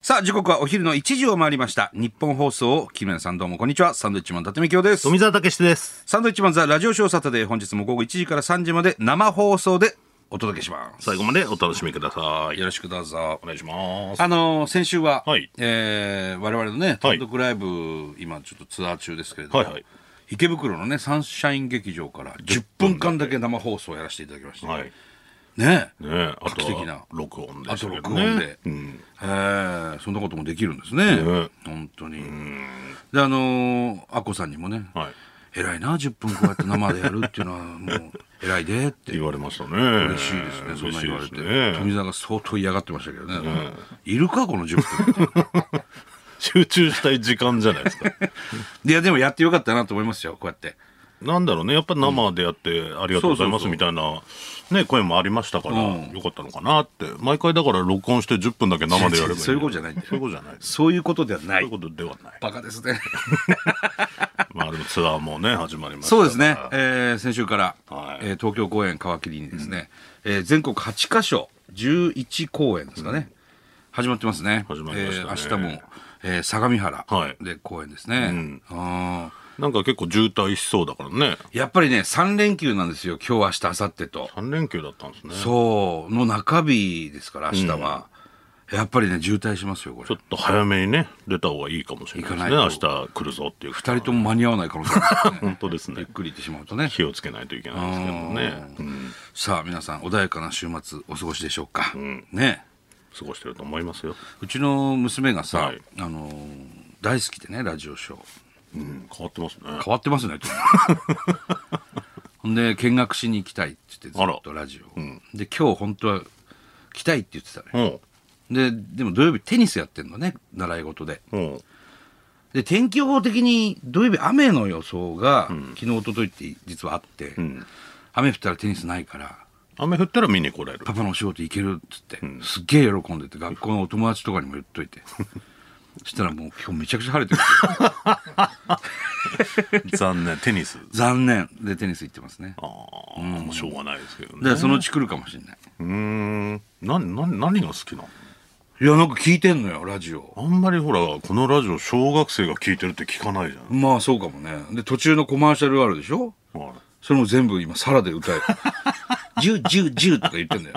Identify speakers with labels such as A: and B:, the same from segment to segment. A: さあ、時刻はお昼の1時を回りました。日本放送、木村さんどうもこんにちは。サンドウィッチマン、伊達美京です。
B: 富澤たけしです。
A: サンドウィッチマンザラジオショーサタデー、本日も午後1時から3時まで生放送でお届けします。
B: 最後までお楽しみください。
A: よろしくどうぞ
B: お。願いします。
A: あのー先週は、
B: はい
A: えー我々のね、
B: は
A: 単
B: い
A: 独ライブ、今ちょっとツアー中ですけれども、
B: はいはい
A: 池袋のね、サンシャイン劇場から10分間だけ生放送をやらせていただきました。
B: はい。
A: ねえ
B: ねえ、あと
A: 画期的な
B: は録音で
A: あ
B: した
A: と
B: けど
A: 録
B: ね。
A: 音で、
B: うん。
A: えーそんなこともできるんですね、
B: ね
A: 本当にであのーアッコさんにもね、
B: はい。
A: 偉いな10分こうやって生でやるっていうのはもう偉いでって
B: 言われましたね。
A: 嬉しいですね、そんな言われて、
B: 嬉しいですね
A: 富澤が相当嫌がってましたけどね、いるかこの10分
B: 集中したい時間じゃないで すか。
A: いやでもやってよかったなと思いますよこうやって
B: なんだろうね、やっぱ生でやってありがとうございま
A: そうそうそ
B: す
A: う
B: みたいな、ね、声もありましたから、
A: うん
B: よかったのかなって。毎回だから録音して10分だけ生でやればいいのに。
A: そういうことじゃないんだよ
B: そういうことじゃないです。
A: そういうことではな
B: そうい
A: いう
B: ことではない。
A: バカです ね
B: まあ、でもツアーもね、始まりましたか
A: そう
B: ら。
A: ですね、えー先週から、
B: はい
A: えー東京公演皮切りにですね、えー全国8カ所11公演ですかね、始まってますね
B: 始まりました
A: えー明
B: ね
A: 日も、えー相模原
B: はい
A: で公演ですね、あー
B: なんか結構渋滞しそうだからね。
A: やっぱりね3連休なんですよ今日明日明後日と、
B: 3連休だったんですね。
A: そうの中日ですから明日は、やっぱりね渋滞しますよこ
B: ちょ
A: れ
B: っと早めにね、出た方がいいかもしれないですね。明
A: 行
B: 日来るぞっていう。
A: 2人とも間に合わない可能性あるんですね
B: 本当です
A: ゆ
B: ね
A: っ。くり行ってしまうとね
B: 気をつけないといけないですけどね。うん。
A: さあ皆さん穏やかな週末お過ごしでしょうか、ね
B: 過ごしてると思いますよ。
A: うちの娘がさ、
B: はい
A: あのー大好きでねラジオショー
B: うん。変わってますね。
A: 変わってますねと ほんで見学しに行きたいって言ってずっとラジオ、で今日本当は来たいって言ってたね
B: うん。
A: ででも土曜日テニスやってんのね習い事で
B: うん。
A: で天気予報的に土曜日雨の予想が、昨日一昨日って実はあって、雨降ったらテニスないから
B: 雨降ったら見に来れる。
A: パパのお仕事行けるっつって、すっげえ喜んでて学校のお友達とかにも言っといてそしたらもう今日めちゃくちゃ晴れてる
B: 残念。テニス。
A: 残念でテニス行ってますね
B: ああ、もうしょうがないですけどね。
A: でそのうち来るかもしれないう
B: ーん。な、な、何が好きなの
A: いやなんか聞いてんのよラジオ
B: あんまりほら、このラジオ小学生が聞いてるって聞かないじゃん。
A: まあそうかもねで途中のコマーシャルあるでしょ
B: はい
A: それも全部今サラで歌える「ジュジュジュ」とか言ってんだよ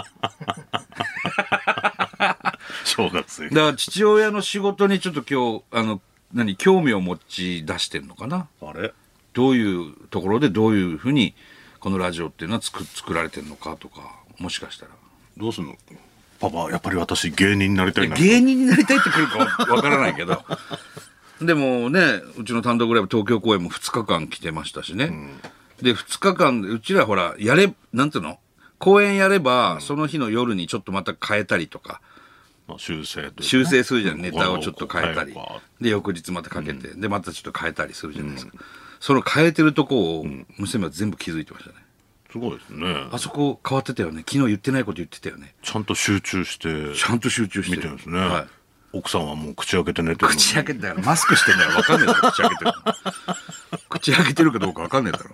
B: 小学
A: だ。
B: 生
A: から父親の仕事にちょっと今日あの何興味を持ち出してるのかな
B: あれ
A: どういうところでどういうふうにこのラジオっていうのは作作られてるのかとかもしかしたら
B: どうすんのパパ、やっぱり私芸人になりたいな。
A: 芸人になりたいってくるかわわからないけど でもねうちの単独ライブ東京公演も2日間来てましたしね、で2日間でうちらほらやれなんていうの公演やれば、その日の夜にちょっとまた変えたりとか
B: まあ修正というかね
A: 修正するじゃん、
B: うん
A: ネタをちょっと変えたり
B: ここは
A: で翌日またかけて、でまたちょっと変えたりするじゃないですか、その変えてるとこを娘は全部気づいてましたね、
B: すごいですね
A: あそこ変わってたよね昨日言ってないこと言ってたよね
B: ちゃんと集中して
A: ちゃんと集中して
B: 見てるんですね、
A: はい
B: 奥さんはもう口開けて寝てるのに
A: 口開けてだからマスクしてんだから分かんねえだろ口開けてる口開けてるかどうか分かんねえだろ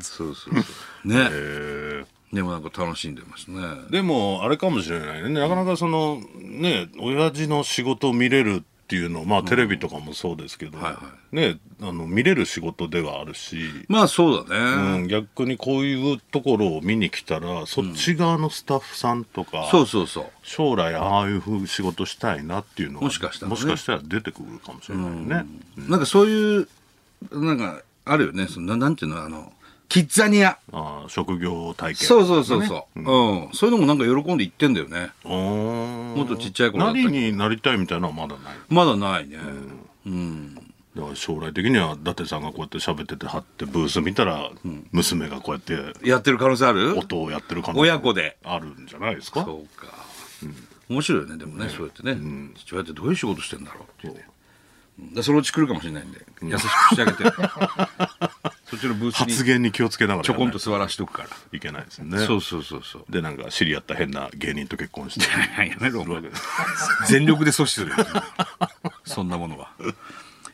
A: そうそうそうね、
B: えー
A: でもなんか楽しんでますね
B: でもあれかもしれないねなかなかそのね親父の仕事を見れるっていうのまあテレビとかもそうですけど、
A: はいは
B: ねあの見れる仕事ではあるし、
A: まあそうだ
B: う
A: ね、
B: ん、逆にこういうところを見に来たらそっち側のスタッフさんとか、
A: そうそうそう
B: 将来ああいうふう仕事したいなっていうのが
A: もしかしたらね
B: もしかしたら出てくるかもしれないね、
A: なんかそういうなんかあるよねそのななんていうのあのキッザニア
B: ああ職業体験
A: そうそうそうそう、うんそういうのもなんか喜んで行ってんだよね
B: も
A: もっとちっちゃい頃だったけど
B: 何になりたいみたいなのはまだない
A: まだないね、
B: だから将来的には伊達さんがこうやって喋っててはってブース見たら娘がこうやって
A: やってる可能性ある
B: 音をやってる感じ
A: 親子で
B: あるんじゃないですか
A: そうか、面白いよねでもねそうやってね、父親ってどういう仕事してんだろうっていうねうんでそのうち来るかもしれないんで優しくしてあげて そっちのブース
B: 発
A: に
B: 言に気をつけながら
A: ちょこんと
B: や
A: 座らしとくから、
B: らないといけないですよね
A: そうそうそうそう
B: でなんか知り合った変な芸人と結婚して
A: やめろお前
B: わけです
A: 全力で阻止するよ そんなものは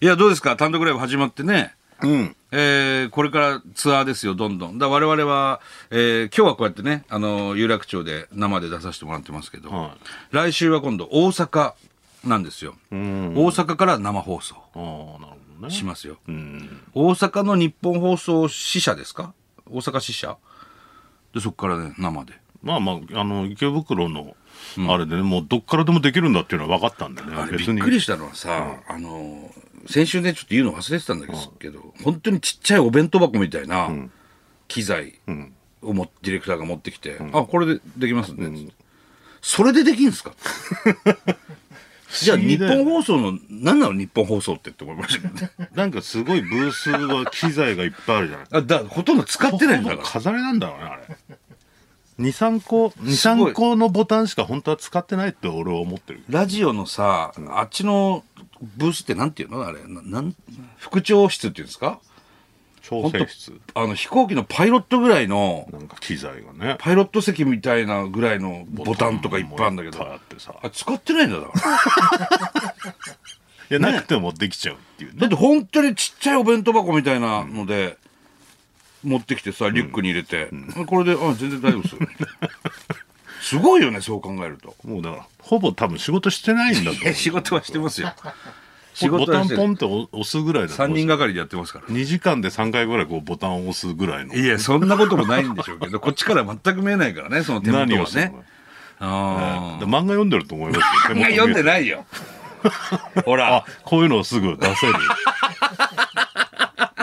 A: いやどうですか単独ライブ始まってね
B: うん
A: えーこれからツアーですよ、どんどん。だ我々は、えー今日はこうやってね、あの有楽町で生で出させてもらってますけど、
B: は
A: 来週は今度、大阪、なんですよ、
B: うん
A: 大阪から生放送
B: ああなるほどね
A: しますよ、
B: うん
A: 大阪の日本放送支社ですか大阪支社でそこからね生で
B: まあまああの池袋のあれでね、もうどっからでもできるんだっていうのは分かったんでね
A: あれび
B: 別
A: っ
B: に
A: くりしたのはさ、あの先週ねちょっと言うの忘れてたんだけど、本当にちっちゃいお弁当箱みたいな機材
B: うん
A: をもディレクターが持ってきて「あこれでできますんで」それでできんす かじゃあ
B: 不思議
A: 日
B: だよ
A: 本放送の何なの日本放送ってって思いましたけど ね
B: なんかすごいブースは機材がいっぱいあるじゃない
A: あだほとんど使ってないんだから
B: 飾れなんだろうねあれ23個
A: すごい
B: 23個のボタンしか本当は使ってないって俺は思ってる
A: ラジオのさ、あっちのブースってなんていうのあれななん副長室っていうんですか
B: 調整室
A: あの飛行機のパイロットぐらいの
B: なんか機材がね
A: パイロット席みたいなぐらいのボタンとかいっぱいあるんだけ
B: もいっぱいあ
A: ど
B: ってさ
A: あ使ってないんだだから
B: いやなくてもできちゃうっていうね
A: だって本当にちっちゃいお弁当箱みたいなので、持ってきてさリュックに入れて、あこれであ全然大丈夫ですよすごいよねそう考えると
B: もうだからほぼ多分仕事してないんだと 思う
A: 仕事はしてますよ 仕
B: ボ
A: 事
B: タ
A: は
B: ン
A: して
B: ポンって押すぐらいだと
A: 3
B: 思う
A: 人がかりでやってますから
B: 2時間で3回ぐらいこうボタンを押すぐらいの
A: いや、そんなこともないんでしょうけど、 こっちから全く見えないからね、その手元は
B: 何をする
A: ねあ
B: の。で漫画読んでると思います
A: あ。
B: よ
A: いや、読んで
B: い
A: ないよ。ほら、
B: こういうのをすぐ 出せる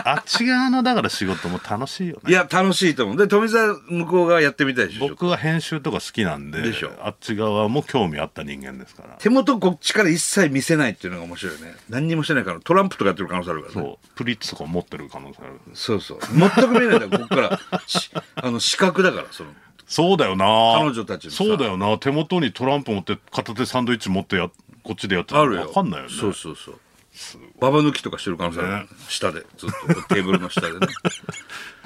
B: あっち側のだから仕事も楽しいよね
A: いや、楽しいと思う。で、富澤向こう側やってみたいでしょ。ちょっと
B: 僕は編集とか好きなんで
A: でしょ
B: あっち側も興味あった人間ですから
A: 手元こっちから一切見せないっていうのが面白いよね。何にもしてないから、トランプとかやってる可能性あるからね。
B: そうプリッツとか持ってる可能性ある
A: そうそう全く見えないんだよ、こっから。しあの、視覚だから、その。
B: そうだよな
A: 彼女たちのさ
B: そうだよな手元にトランプ持って片手サンドイッチ持ってやこっちでやって
A: あるよ。
B: 分かんないよね
A: そうそうそう。ババ抜きとかしてる可能性あるからね、下で。ずっと、テーブルの下でね。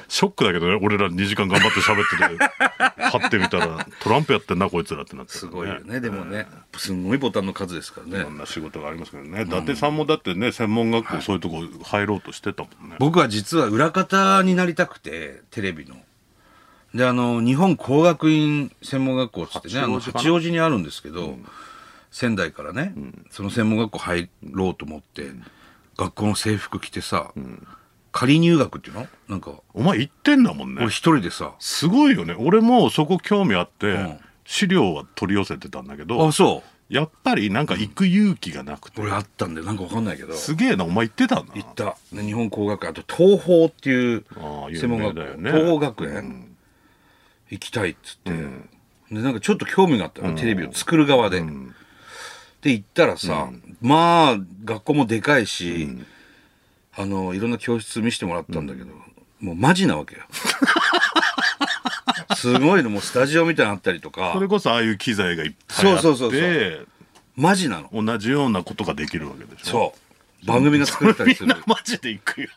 B: ショックだけどね俺ら2時間頑張って 喋ってて貼ってみたらトランプやってんなこいつらってなって、
A: すごいよね、でもね。すんごいボタンの数ですからね。
B: いろんな仕事がありますけどね伊達さんもだってね専門学校そういうとこ入ろうとしてたもんね、
A: 僕は実は裏方になりたくてテレビのであの日本工学院専門学校っつってね
B: 八
A: あ
B: 王子
A: の
B: かな
A: 八王子にあるんですけど、仙台からね、その専門学校入ろうと思って、学校の制服着てさ、仮入学っていうのなんか
B: お前行ってんだもんね
A: 俺一人でさ、
B: すごいよね俺もそこ興味あって、
A: ん
B: 資料は取り寄せてたんだけ
A: あ
B: ど
A: そ
B: やっぱりなんか行く勇気がなくて、
A: う俺あったんでなんかわかんないけど
B: すげえなお前行ってたな
A: 行った、ね、日本工学あと東宝っていう
B: ああ有
A: 専門
B: 名
A: 学
B: だよ
A: 校、
B: ね
A: 東宝学園、行きたいっつって、でなんかちょっと興味があったの、テレビを作る側で、で行ったらさ、まあ学校もでかいし、あのいろんな教室見せてもらったんだけど、もうマジなわけ よすごいのもうスタジオみたいなのあったりと
B: そ
A: か
B: れこそああいう機材がいっぱいあって
A: そうそうそうそマジなの
B: 同じようなことができるわけでし
A: そ
B: ょ
A: う番組が作れたりす
B: みん
A: る
B: なマジで行くよ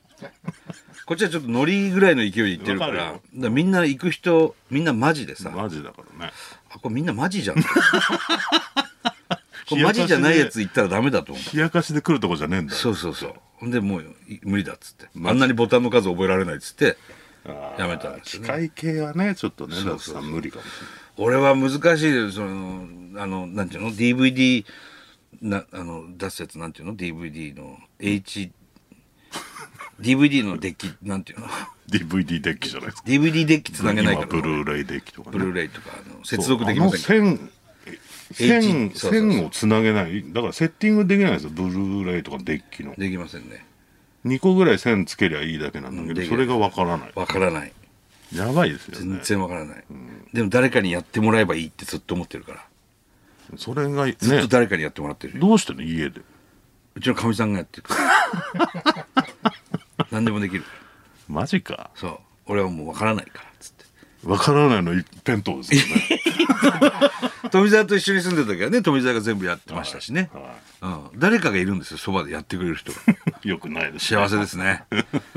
A: こっちはちょっとノリぐらいの勢いで行ってるから
B: わかるよ
A: だからみんな行く人みんなマジでさ、
B: マジだからね
A: あこれみんなマジ じゃんこれマジじゃないやつ行ったらダメだと思う
B: 冷やかしで来るとこじゃねえんだよ
A: そうそうそうほんでもうい無理だっつってあんなにボタンの数覚えられないっつって
B: あー
A: やめたんですよね
B: 機械系はねちょっとね
A: そう
B: 夏
A: そうそう
B: さん無理かもし
A: 俺は難しいよそのあのなんていうの DVD なあの出すやつなんていうの DVD の H DVD のデッキなんていうの
B: れない DVD デッキじゃないですか
A: DVD デッキつなげないか
B: 今
A: ら
B: ブルーレイデッキとかね
A: ブルーレイとかあの接続できませんから
B: あの線線
A: H そうそうそう
B: 線をつなげないだからセッティングできないんですよブルーレイとかデッキの
A: できませんね
B: 2個ぐらい線つけりゃいいだけなんだけど、
A: できない
B: それがわからない
A: わからない
B: やばいですよ
A: 全
B: ね
A: 然わからない、でも誰かにやってもらえばいいってずっと思ってるから
B: それがね
A: ずっと誰かにやってもらってるよ、
B: どうしての家で
A: うちのかみさんがやってる から何でもできる
B: マジか
A: そう俺はもうわからないからっつって
B: わからないの一辺倒ですよ ね
A: 富澤と一緒に住んでた時はね富澤が全部やってましたしね、
B: は
A: うん、誰かがいるんですよそばでやってくれる人が
B: いよくないです
A: 幸せですね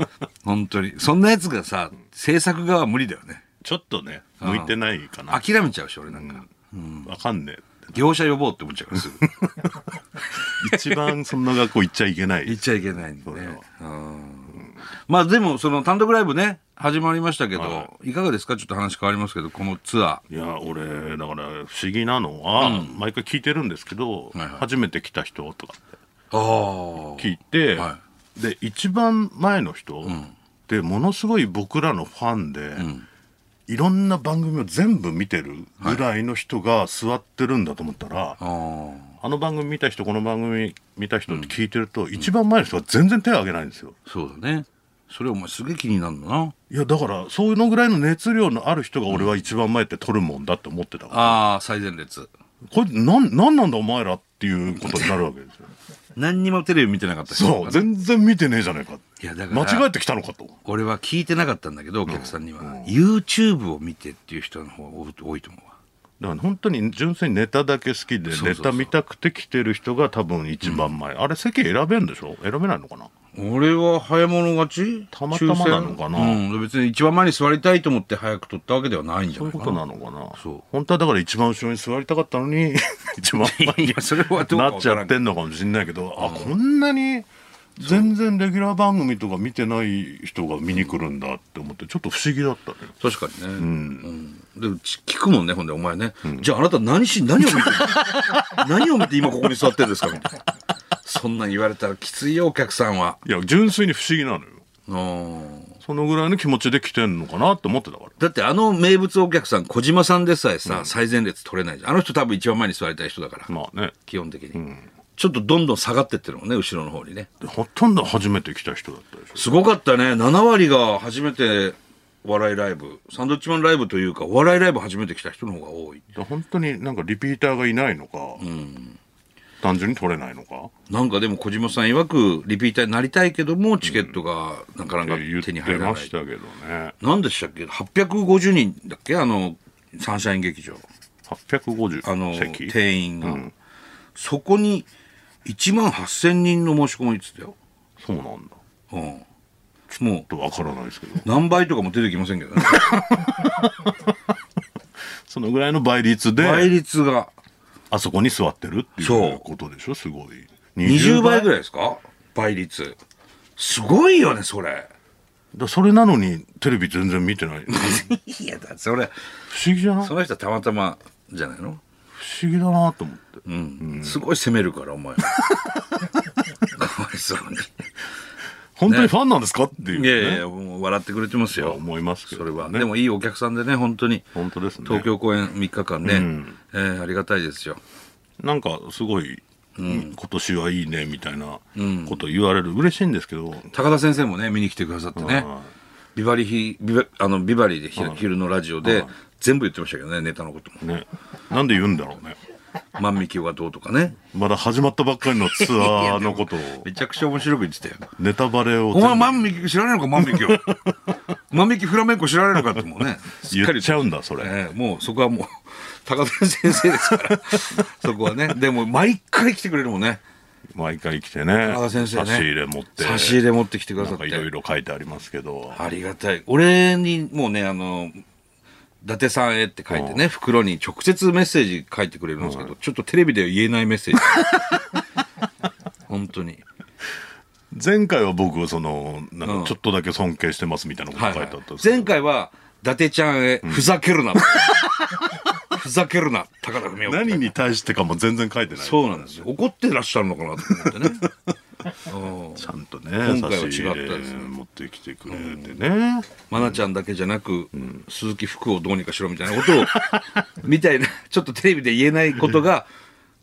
A: 本当にそんなやつがさ制作側は無理だよね
B: ちょっとね向いてないかな
A: 諦めちゃうし俺なんか、
B: わかんね
A: 業者呼ぼうって思っちゃうからすぐ
B: え一番そんな学校行っちゃいけない
A: 言っちゃいけないんで
B: それは
A: ねうんまあでもその単独ライブね始まりましたけど、い、かがですかちょっと話変わりますけどこのツア
B: いや俺だから不思議なのは、毎回聞いてるんですけど、
A: はいはい
B: 初めて来た人とか
A: ーあ
B: 聞いて、
A: は
B: で一番前の人、でものすごい僕らのファンで、いろんな番組を全部見てるぐらいの人が座ってるんだと思ったら、
A: あー
B: あの番組見た人この番組見た人って聞いてると、一番前の人が全然手を挙げないんですよ。
A: そうだねそれお前すげえ気になるんだない
B: やだからそういうのぐらいの熱量のある人が俺は一番前って撮るもんだって思ってたから、
A: ああ最前列
B: これなんなんなんだお前らっていうことになるわけですよ
A: 何にもテレビ見てなかったし
B: そう全然見てねえじゃねえか
A: いやだから
B: 間違えてきたのかと
A: 俺は聞いてなかったんだけどお客さんには、YouTube を見てっていう人の方が多いと思うわ
B: だから本当に純粋にネタだけ好きで
A: そうそうそう
B: ネタ見たくて来てる人が多分一番前、あれ席選べんでしょ選べないのかな
A: 俺は早物勝ち
B: たまたまなのかな
A: 抽選うん、別に一番前に座りたいと思って早く取ったわけではないんじゃ
B: そうい
A: ないうかな
B: ことなのかな
A: そう
B: 本当はだから一番後ろに座りたかったの に一番前
A: い
B: に
A: やそれはどうか
B: なっ
A: わ
B: ち
A: か
B: ゃ
A: ら
B: っ
A: ん
B: てんのかもしれないけど、あこんなに全然レギュラー番組とか見てない人が見に来るんだって思ってちょっと不思議だったね
A: 確かにね、うんでち聞くもんねほんでお前ね、じゃああなた何し何を見て る何を見て今ここに座ってるんですかみたいなそんなん言われたらきついよお客さんはい
B: や純粋に不思議なのよ
A: うん
B: そのぐらいの気持ちで来てんのかなって思ってたから
A: だってあの名物お客さん小島さんでさえさ、最前列取れないじゃんあの人多分一番前に座りたい人だから、
B: まあね
A: 基本的に、ちょっとどんどん下がってってるもんね後ろの方にね
B: でほとんど初めて来た人だったでしょ
A: すごかったね7割が初めてお笑いライブサンドウィッチマンライブというかお笑いライブ初めて来た人の方が多い
B: だから本当になんかリピーターがいないのか、単純に取れないのか
A: なんかでも小島さん曰くリピーターになりたいけどもチケットがなかなか
B: 言っ
A: 手
B: て
A: に入ら
B: ま
A: ない、
B: したけどね
A: 何でしたっけ850人だっけあのサンシャイン劇場あの
B: 850席
A: 定員が、そこに1万8000人の申し込みっつったよ、
B: そうなんだ
A: うん、も
B: とわからないですけど
A: う何倍とかも出てきませんけ どね
B: そのぐらいの倍率
A: 倍
B: で
A: 率が
B: あそこに座ってるって
A: そ
B: いううことでしょすごい
A: 20倍ぐ
B: らい
A: らいですか倍率すごいよねそれ
B: だそれなのにテレビ全然見てない不
A: いやだそれ
B: 思議じゃない
A: そ
B: 不
A: の人はたまたまじゃないの
B: 思議だなと思って
A: うんすごい攻めるからお 前かわいそう
B: 本当にファンなんですかっていう
A: にいやい
B: ね
A: やもう笑ってくれてますよ
B: 思いますけ
A: そ
B: ど
A: れ
B: ね
A: は、でもいいお客さんでね本当に
B: 本当ですね
A: 東京公演3日間ね、えーありがたいですよ
B: なんかすごい今年はいいねみたいなこと言われる嬉しいんですけど
A: 高田先生もね見に来てくださってね
B: は
A: ビバリーヒビバあのビバリーでひ昼のラジオで全部言ってましたけどねネタのことも
B: ねなんで言うんだろうね
A: 万美京がどうとかね
B: まだ始まったばっかりのツアーのことを
A: めちゃくちゃ面白く言ってたよ
B: ネタバレを
A: お前
B: 全部
A: 万引き知らないのか万引 きを万引きフラメンコ知らないのかってもうねすっか
B: 言っ
A: り
B: ちゃうんだそれ
A: ええもうそこはもう 高田先生ですから そこはねでも毎回来てくれるもんね
B: 毎回来てね
A: 高田先生ね
B: 差し入れ持って
A: 差し入れ持ってきてくだ
B: な
A: さっ
B: んか
A: て
B: いろいろ書いてありますけど
A: ありがたい俺にもうねあの伊達さんへって書いてね、袋に直接メッセージ書いてくれるんですけど、ちょっとテレビでは言えないメッセージ 本当に
B: 前回は僕そのなんかちょっとだけ尊敬してますみたいなこと書いてあったんですけど
A: 前回は伊達ちゃんへふざけ るな、ふざけるな高田文夫
B: 何に対してかも全然書いてない
A: そうなんですよ怒ってらっしゃるのかなと思ってね うん
B: ちゃんとね
A: 今
B: 差
A: 回は違ったで
B: し
A: すね
B: 入れ持ってきてくれてね
A: 愛菜ちゃんだけじゃなく、鈴木福をどうにかしろみたいなことをみたいなちょっとテレビで言えないことが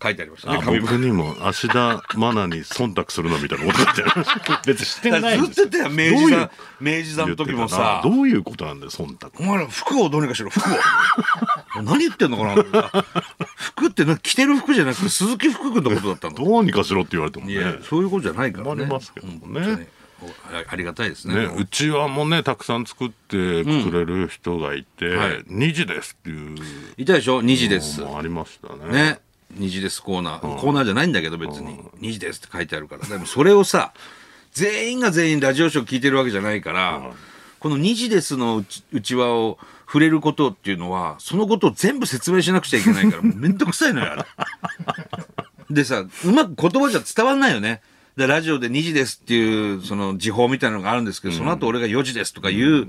A: 書いてありましたね
B: あ
A: 紙
B: 僕にも芦田愛菜に忖度するなみたいなこと書いてある別にして
A: だからずっと言ってたよ明治座明治座
B: 言
A: の
B: って
A: 時
B: た
A: も
B: な
A: さ
B: どういうことなんだよ忖度
A: お前ら服をどう にかしろ服を何言ってんのかな服ってな着てる服じゃなくて鈴木福君のことだったんだ
B: どうにかしろって言われても
A: い
B: ね
A: や、そういうことじゃないからね。
B: 困りますけどね
A: 本当にあありがたいですね。
B: ね、うちわもねたくさん作ってくれる人がいて、
A: はい
B: 2時ですっていう
A: いたでしょ ?2 時です。
B: のもありましたね
A: ね。2時ですコーナー。コーナーじゃないんだけど別に。2時ですって書いてあるから。でもそれをさ、全員が全員ラジオショー聞いてるわけじゃないから、この2時ですのうちうちわを触れることっていうのは、そのことを全部説明しなくちゃいけない から、もうめんどくさいのよ、あれ。でさ、うまく言葉じゃ伝わんないよね。でラジオで2時ですっていう、その時報みたいなのがあるんですけど、その後俺が4時ですとか言う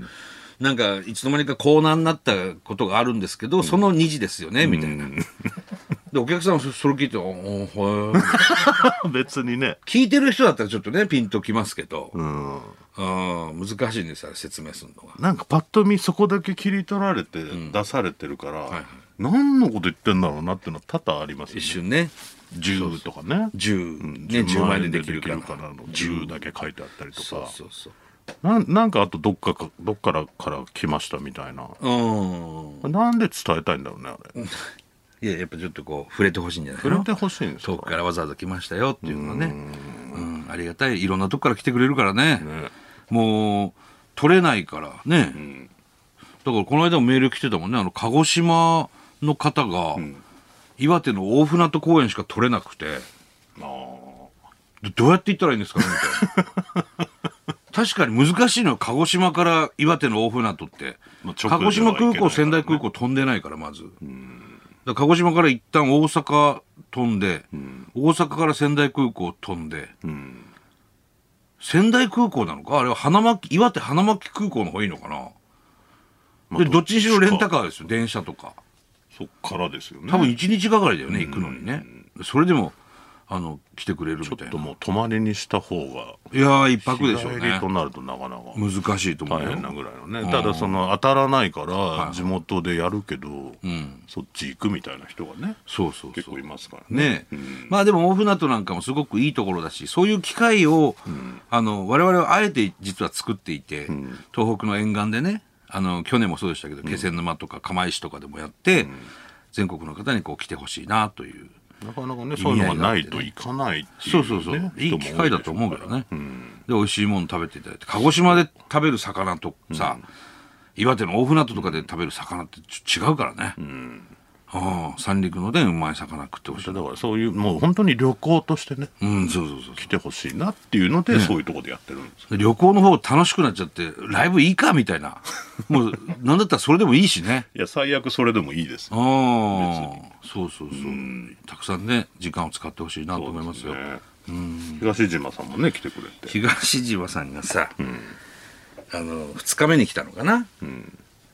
A: なんかいつの間にかコーナーになったことがあるんですけど、その2時ですよね、みたいな。でお客さんはそそれ聞いて「おおへー
B: 別にね。
A: 聞いてる人だったらちょっとねピンときますけど、
B: うん。
A: あー難しいんですよ説明するのが。
B: なんかパッと見そこだけ切り取られて出されてるから、
A: はい
B: 何のこと言ってんだろうなっていうのは多々ありますよ
A: 一
B: ね
A: 瞬ね
B: 10とかね
A: 10、ね
B: 十
A: 10万円でできるから
B: の10だけ書いてあったりと
A: そう
B: か
A: そうそう
B: なんなんかあとどっかかどっからから来ましたみたいな
A: うん
B: なんで伝えたいんだろうねあれ
A: いややっぱちょっとこう触れてほしいんじゃないか
B: 触れ
A: な
B: てほしいんです
A: 遠
B: か
A: くからわざわざ来ましたよっていうのはねうんありがたいいろんなとこから来てくれるからね
B: ね
A: もう取れないからね、だからこの間もメール来てたもんねあの鹿児島の方が、岩手の大船渡公園しか取れなくて
B: あー
A: どどうやって行ったらいいんですかねみたい な確かに難しいのは鹿児島から岩手の大船渡って、
B: まあ直では
A: 鹿児島空港、
B: 行けないからね
A: 仙台空港飛んでないからまず、だから鹿児島から一旦大阪飛んで、大阪から仙台空港飛んで、
B: うん
A: 仙台空港なのかあれは花巻岩手花巻空港の方がいいのかな、
B: まあ
A: でどっちにしろレンタ
B: ー
A: カーですよ電車とか
B: そっからですよね
A: 多分1日がかりだよね、行くのにねそれでもあの来てくれるみ
B: ちょ
A: たい
B: っと
A: な
B: もう泊まりにした方が
A: いやー一
B: 日
A: 泊でしょう
B: 帰り
A: ね
B: となるとなかなか
A: 難しいと思う
B: 大
A: よ
B: 変なぐらいのね、ただその当たらないから地元でやるけど、
A: ん
B: そっち行くみたいな人がね
A: そうそう
B: 結
A: そう
B: 構いますからね
A: ねまあでも大船渡なんかもすごくいいところだしそういう機会を、あの我々はあえて実は作っていて、東北の沿岸でねあの去年もそうでしたけど気仙沼とか釜石とかでもやって、全国の方にこう来てほしいなという、
B: なかなかねそういうのがないと行かないっていう、
A: そ
B: ね、
A: うそうそう、い
B: 人
A: い
B: も多
A: 機
B: し
A: 会だと思うけどね、で美味しいもの食べていただいて鹿児島で食べる魚とさ、岩手の大船渡とかで食べる魚ってちょ違うからね、ああ三陸のねうまい魚食ってほしい
B: だからそういうもう本当に旅行としてね
A: うんそうそうそう
B: 来てほしいなっていうので、そういうとこでやってるんですよ
A: で旅行の方楽しくなっちゃってライブいいかみたい なもうなんだったらそれでもいいしね
B: いや最悪それでもいいです
A: ああそうそうそうたくさんね時間を使ってほしいなと思いますよ
B: ね東島さんもね来てくれて
A: 東島さんがさ、あの2日目に来たのかな、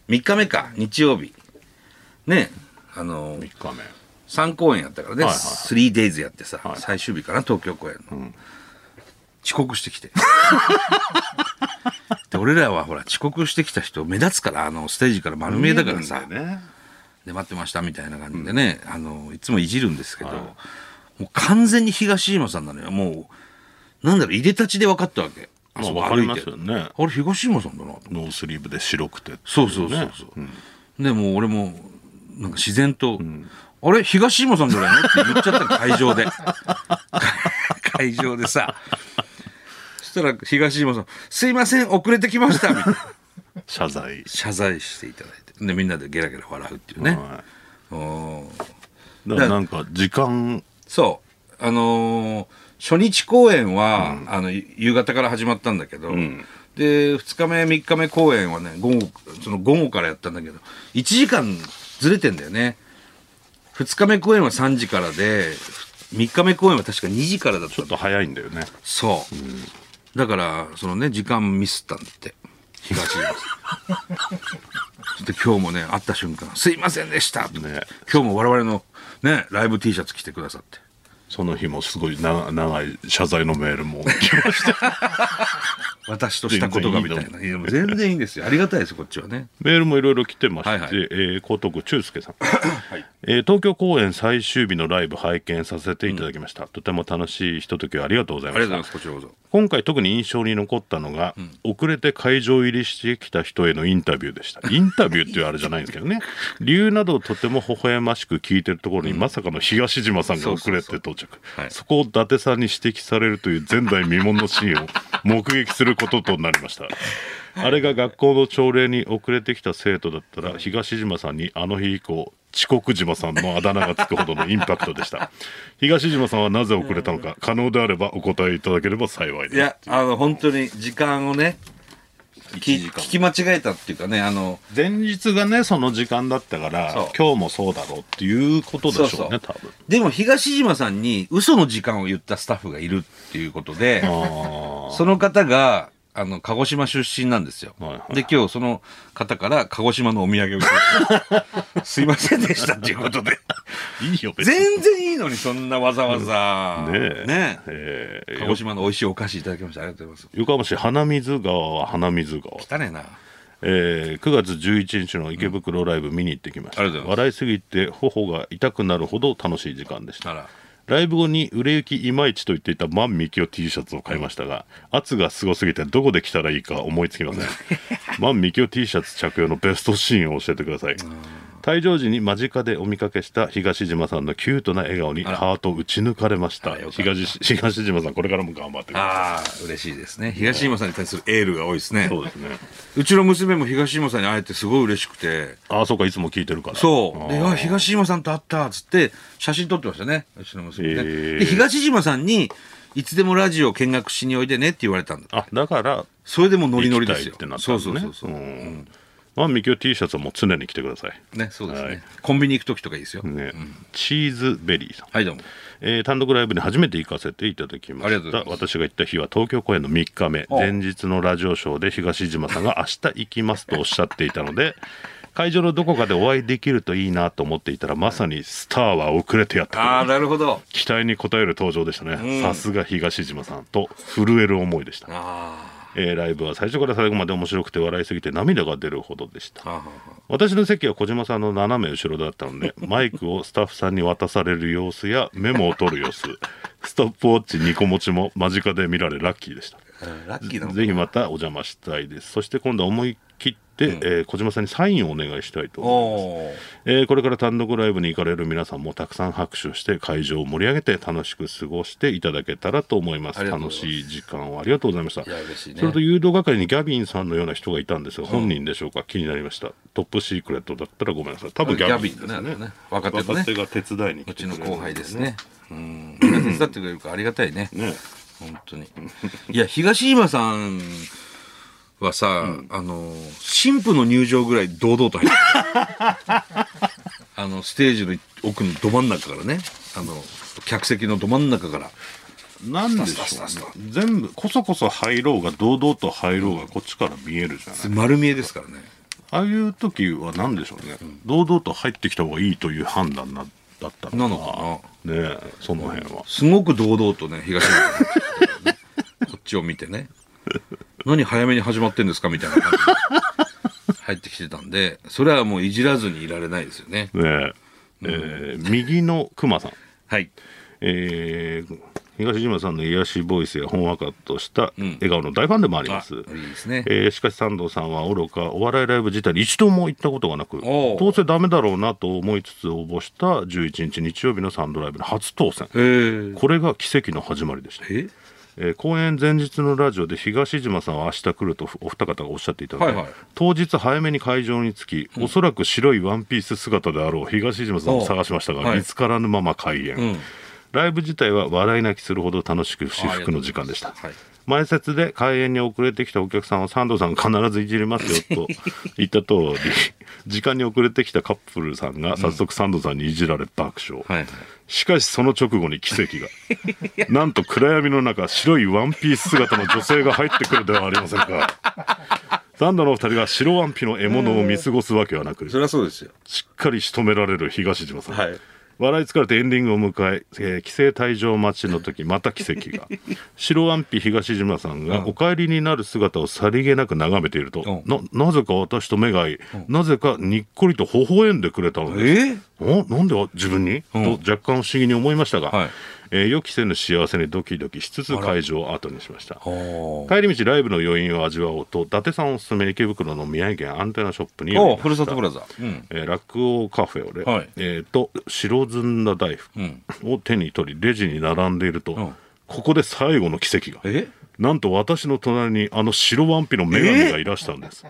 A: 3日目か日曜日ねあの
B: 3日
A: 3公演やったからね、
B: はいはい
A: スリーデイズやってさ、
B: はい
A: 最終日かな東京公演の、遅刻してき てで俺らはほら遅刻してきた人目立つからあのステージから丸見えだ
B: 目
A: からさ、
B: ね
A: で待ってましたみたいな感じでね、あのいつもいじるんですけど、もう完全に東島さんなのよもうなんだろういでたちで分かったわけあ
B: まあ
A: そこ
B: わかりますよね
A: あれ東島さんだなと
B: ノースリーブで白くて
A: そうそうそうそう、でもう俺もなんか自然と「あれ東島さんじゃないの?」って言っちゃったの会場で 会場でさそしたら東島さん「すいません遅れてきました」みたいな
B: 謝罪
A: 謝罪していただいてでみんなでゲラゲラ笑うっていうね、
B: は
A: うん
B: いだからなんか時間
A: そうあのー初日公演は、あのゆ夕方から始まったんだけど、で2日目3日目公演はね午後その午後からやったんだけど1時間ずれてんだよね2日目公演は3時からで3日目公演は確か2時からだった
B: ちょっと早いんだよね
A: そう、だからそのね時間ミスったんだって東山 さんで今日もね会った瞬間「すいませんでした」とか
B: ね
A: 今日も我々のねライブ T シャツ着てくださって
B: その日もすごいな長い謝罪のメールも来ました
A: 私としたことがみたいな。いやもう全然いいんですよ。ありがたいです、こっちはね。
B: メールもいろいろ来てまして、
A: はいはい
B: えー江東区中介 さん、えー東京公演最終日のライブ拝見させていただきました、とても楽しいひとときをありがとうござい
A: あ
B: ま
A: りが
B: し
A: とうござい
B: た
A: ます、こちらこそ。
B: 今回特に印象に残ったのが、遅れて会場入りしてきた人へのインタビューで したインタビューっていうあれじゃないんですけどね理由などをとても微笑ましく聞いてるところに、まさかの東島さんが遅れて到着そ
A: はい
B: こを伊達さんに指摘されるという前代未聞のシーンを 目撃することとなりましたあれが学校の朝礼に遅れてきた生徒だったら東島さんにあの日以降遅刻島さんのあだ名がつくほどのインパクトで した東島さんはなぜ遅れたのか可能であればお答えいただければ幸いです
A: いや、あの、本当に時間をね、き
B: 1時
A: 聞
B: 間
A: き間違えたっていうかね、あの、
B: 前日がねその時間だったから
A: そう
B: 今日もそうだろうっていうことでしょうね
A: そうそう
B: 多分
A: でも東島さん に嘘の時間を言ったスタッフがいるっていうことで、
B: あ
A: その方が、あの鹿児島出身なんですよ、
B: はいはいはい
A: で今日その方から鹿児島のお土産をいただい てすいませんでしたっていうことで
B: いいよ別に
A: 全然いいのにそんなわざわざ、
B: ねえ
A: ねえ
B: えー
A: 鹿児島の美味しいお菓子いただきましてありがとうございます
B: 横浜市花水川は花水川、
A: 汚ねえな
B: えー9月11日の池袋ライブ見に行ってきました、
A: ありがとうご
B: 笑いすぎて頬が痛くなるほど楽しい時間でした
A: あら
B: ライブ後に売れ行きいまいちと言っていた万美京 T シャツを買いましたが、圧がすごすぎてどこで着たらいいか思いつき ません万美京 T シャツ着用のベストシーンを教えてください退場時に間近でお見かけした東島さんのキュートな笑顔にハートを打ち抜かれました
A: あらよかった
B: 東東島さんこれからも頑張ってくださ
A: あー嬉しいですね東島さんに対するエールが多いですね
B: いそうですね
A: うちの娘も東島さんに会えてすごい嬉しくて
B: ああそうかいつも聞いてるから
A: そう。で、
B: あー
A: あ、東島さんと会ったっつって、写真撮ってましたね。うちの娘ね。
B: へー
A: で、東島さんに、いつでもラジオ見学しにおいでねって言われたんだ。
B: あだから
A: それでもうノリノリです
B: 行
A: よ
B: き。たいってなった
A: そ
B: ん
A: う
B: です
A: そうそ
B: ね
A: うそう。
B: ん万美京 T シャツはもう常に着てください
A: ね、そうですね。
B: はい
A: コンビニ行く時とかいいですよ。
B: ね、チーズベリーさん
A: はい、どうも。
B: えー単独ライブに初めて行かせていただきま
A: ありがと
B: し
A: うござ
B: た
A: います
B: 私が行った日は東京公演の3日目
A: ああ
B: 前日のラジオショーで東島さんが明日行きますとおっしゃっていたので会場のどこかでお会いできるといいなと思っていたらまさにスターは遅れてやってく
A: ああ、
B: る
A: なるほど。
B: 期待に応える登場でしたねさすが東島さんと震える思いでした、
A: あ
B: えーライブは最初から最後まで面白くて笑いすぎて涙が出るほどでした
A: ーあー。
B: 私の席は小島さんの斜め後ろだったので マイクをスタッフさんに渡される様子やメモを取る様子ストップウォッチ2個持ちも間近で見られラッキーでした
A: うんラッキーだもん。
B: ぜひまたお邪魔したいですそして今度は思い切って、えー小島さんにサインをお願いしたいと思います
A: おー
B: えーこれから単独ライブに行かれる皆さんもたくさん拍手をして会場を盛り上げて楽しく過ごしていただけたらと思います
A: ありがとうご
B: 楽
A: ざいます
B: しい時間をありがとうございました
A: いや嬉しいね
B: それと誘導係にギャビンさんのような人がいたんですが本人でしょうか、気になりましたトップシークレットだったらごめんなさい多分ギャビンです
A: ギャ
B: ね
A: ビンだね若手のね
B: が手伝いに
A: う
B: 来て
A: ち
B: く
A: の
B: れる
A: 後輩ですね。うん。みんな手伝ってくれるからありがたいね。
B: ね
A: 本当に。いや、東島さんはさ、あの、新婦の入場ぐらい堂々と入って たあの、ステージの奥のど真ん中からね、あの、客席のど真ん中から。
B: なんでしょ
A: スタスタスタ
B: うね全部こそこそ入ろうが堂々と入ろうがこっちから見えるじゃない
A: 丸見えですからね。
B: ああいう時は何でしょうね、堂々と入ってきた方がいいという判断なだった
A: な
B: の
A: の
B: か
A: か
B: なねえその辺は、
A: すごく堂々とね、東島さんが入ってきたからね、こっちを見てね。何早めに始まってんですかみたいな感じで入ってきてたんで、それはもういじらずにいられないですよね。
B: ねええー右のクマさん、
A: はい。
B: えー東島さんの癒しボイスやほんわかとした笑顔の大ファンでもあります、
A: あいいですね
B: えーしかし三藤さんは愚かお笑いライブ自体に一度も行ったことがなく
A: おう
B: どうせダメだろうなと思いつつ応募した11日日曜日のサンドライブの初当選
A: えー、
B: これが奇跡の始まりでした
A: え
B: えー公演前日のラジオで東島さんは明日来るとお二方がおっしゃっていたの
A: は
B: で、
A: いはい
B: 当日早めに会場に着き、おそらく白いワンピース姿であろう東島さんを探しましたが、
A: おうはい
B: 見つからぬまま開演、
A: うん
B: ライブ自体は笑い泣きするほど楽しく至福の時間でした、
A: はい。
B: 前説で開演に遅れてきたお客さんはサンドさんが必ずいじりますよ と言った通り時間に遅れてきたカップルさんが早速サンドさんにいじられ爆笑、
A: はい。
B: しかしその直後に奇跡が なんと暗闇の中白いワンピース姿の女性が入ってくるではありませんかサンドのお二人が白ワンピの獲物を見過ごすわけはなく
A: そりゃそうですよ。
B: しっかり仕留められる東島さん、
A: はい
B: 笑い疲れてエンディングを迎ええー規制退場待ちの時また奇跡 が白ワンピ東島さんがお帰りになる姿をさりげなく眺めていると、
A: う
B: ななぜか私と目が合い、なぜかにっこりと微笑んでくれたの
A: え
B: ですおなんで自分に、
A: うん
B: と若干不思議に思いましたが、
A: はい
B: えー予期せぬ幸せにドキドキしつつ会場を後にしました
A: お
B: 帰り道ライブの余韻を味わおうと伊達さんおすすめ池袋の宮城県アンテナショップに寄りま
A: お
B: した
A: ふるさとプラザ。うん。
B: えー落語カフェをね、
A: はい
B: えーと白ずんだ大福
A: うん
B: を手に取りレジに並んでいると、
A: ん
B: ここで最後の奇跡が
A: え
B: なんと私の隣にあの白ワンピの女神がいらしたんです、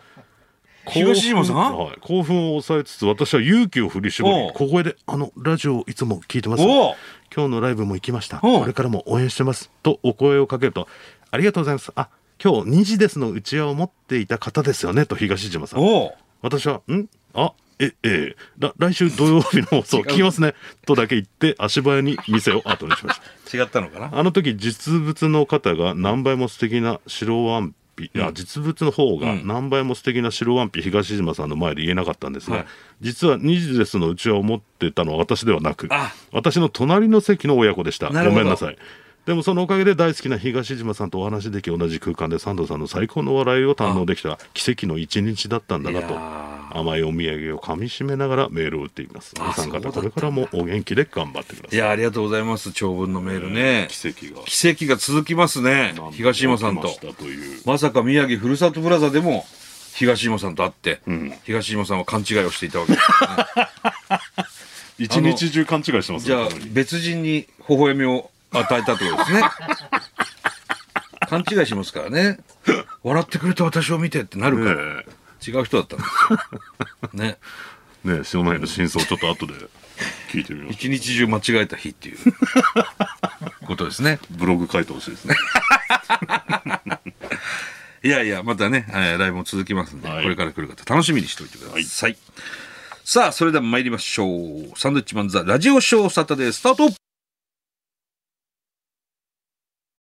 A: 東島さん
B: はい、興奮を抑えつつ私は勇気を振り絞
A: お
B: り
A: う
B: 小声で「あのラジオいつも聞いてます
A: おう
B: 今日のライブも行きました
A: おう
B: これからも応援してます」とお声をかけると「ありがとうございますあ今日2時ですの打ち合わを持っていた方ですよね」と東島さん
A: おう
B: 私は「んあえええら来週土曜日の放送聞きますね」とだけ言って足早に店を後にしました
A: 違ったのかな
B: あの時実物の方が何倍も素敵な白ワンピ、あ実物の方が何倍も素敵な白ワンピ東島さんの前で言えなかったんですが、
A: はい
B: 実はニジレスのうちは思ってたのは私ではなく
A: あ
B: 私の隣の席の親子でした
A: なるほど
B: ごめんなさいでもそのおかげで大好きな東島さんとお話しでき同じ空間でサンドさんの最高の笑いを堪能できた奇跡の一日だったんだないと
A: やー
B: 甘いお土産をかみしめながらメールを打っています
A: あ
B: お
A: そ
B: 三
A: うだった
B: 方
A: んだ
B: これからもお元気で頑張ってくだ
A: い
B: さい
A: や、ありがとうございます。長文のメールね。
B: 奇跡が
A: 奇跡が続きますね。東島さん
B: 来
A: と
B: まし。たという
A: まさか宮城ふるさとプラザでも東島さんと会って、東島さんは勘違いをしていたわけ ですね。
B: 一日中勘違いしてます
A: じ
B: ね
A: ゃあ
B: この人
A: 別人に微笑みを与えたってこと ですね。勘違いしますからね。笑ってくれた私を見てってなるから、
B: ね
A: 違う人だったんですよ。ね。
B: えねえ塩前の真相をちょっと後で聞いてみます
A: 一日中間違えた日っていうことですね。
B: ブログ書いてほしいですね
A: いやいや、またね、えーライブも続きますんで、
B: はい
A: これから来る方楽しみにしておいてください。さあ、それでは参りましょう。サンドウィッチマンザラジオショーサタデースタート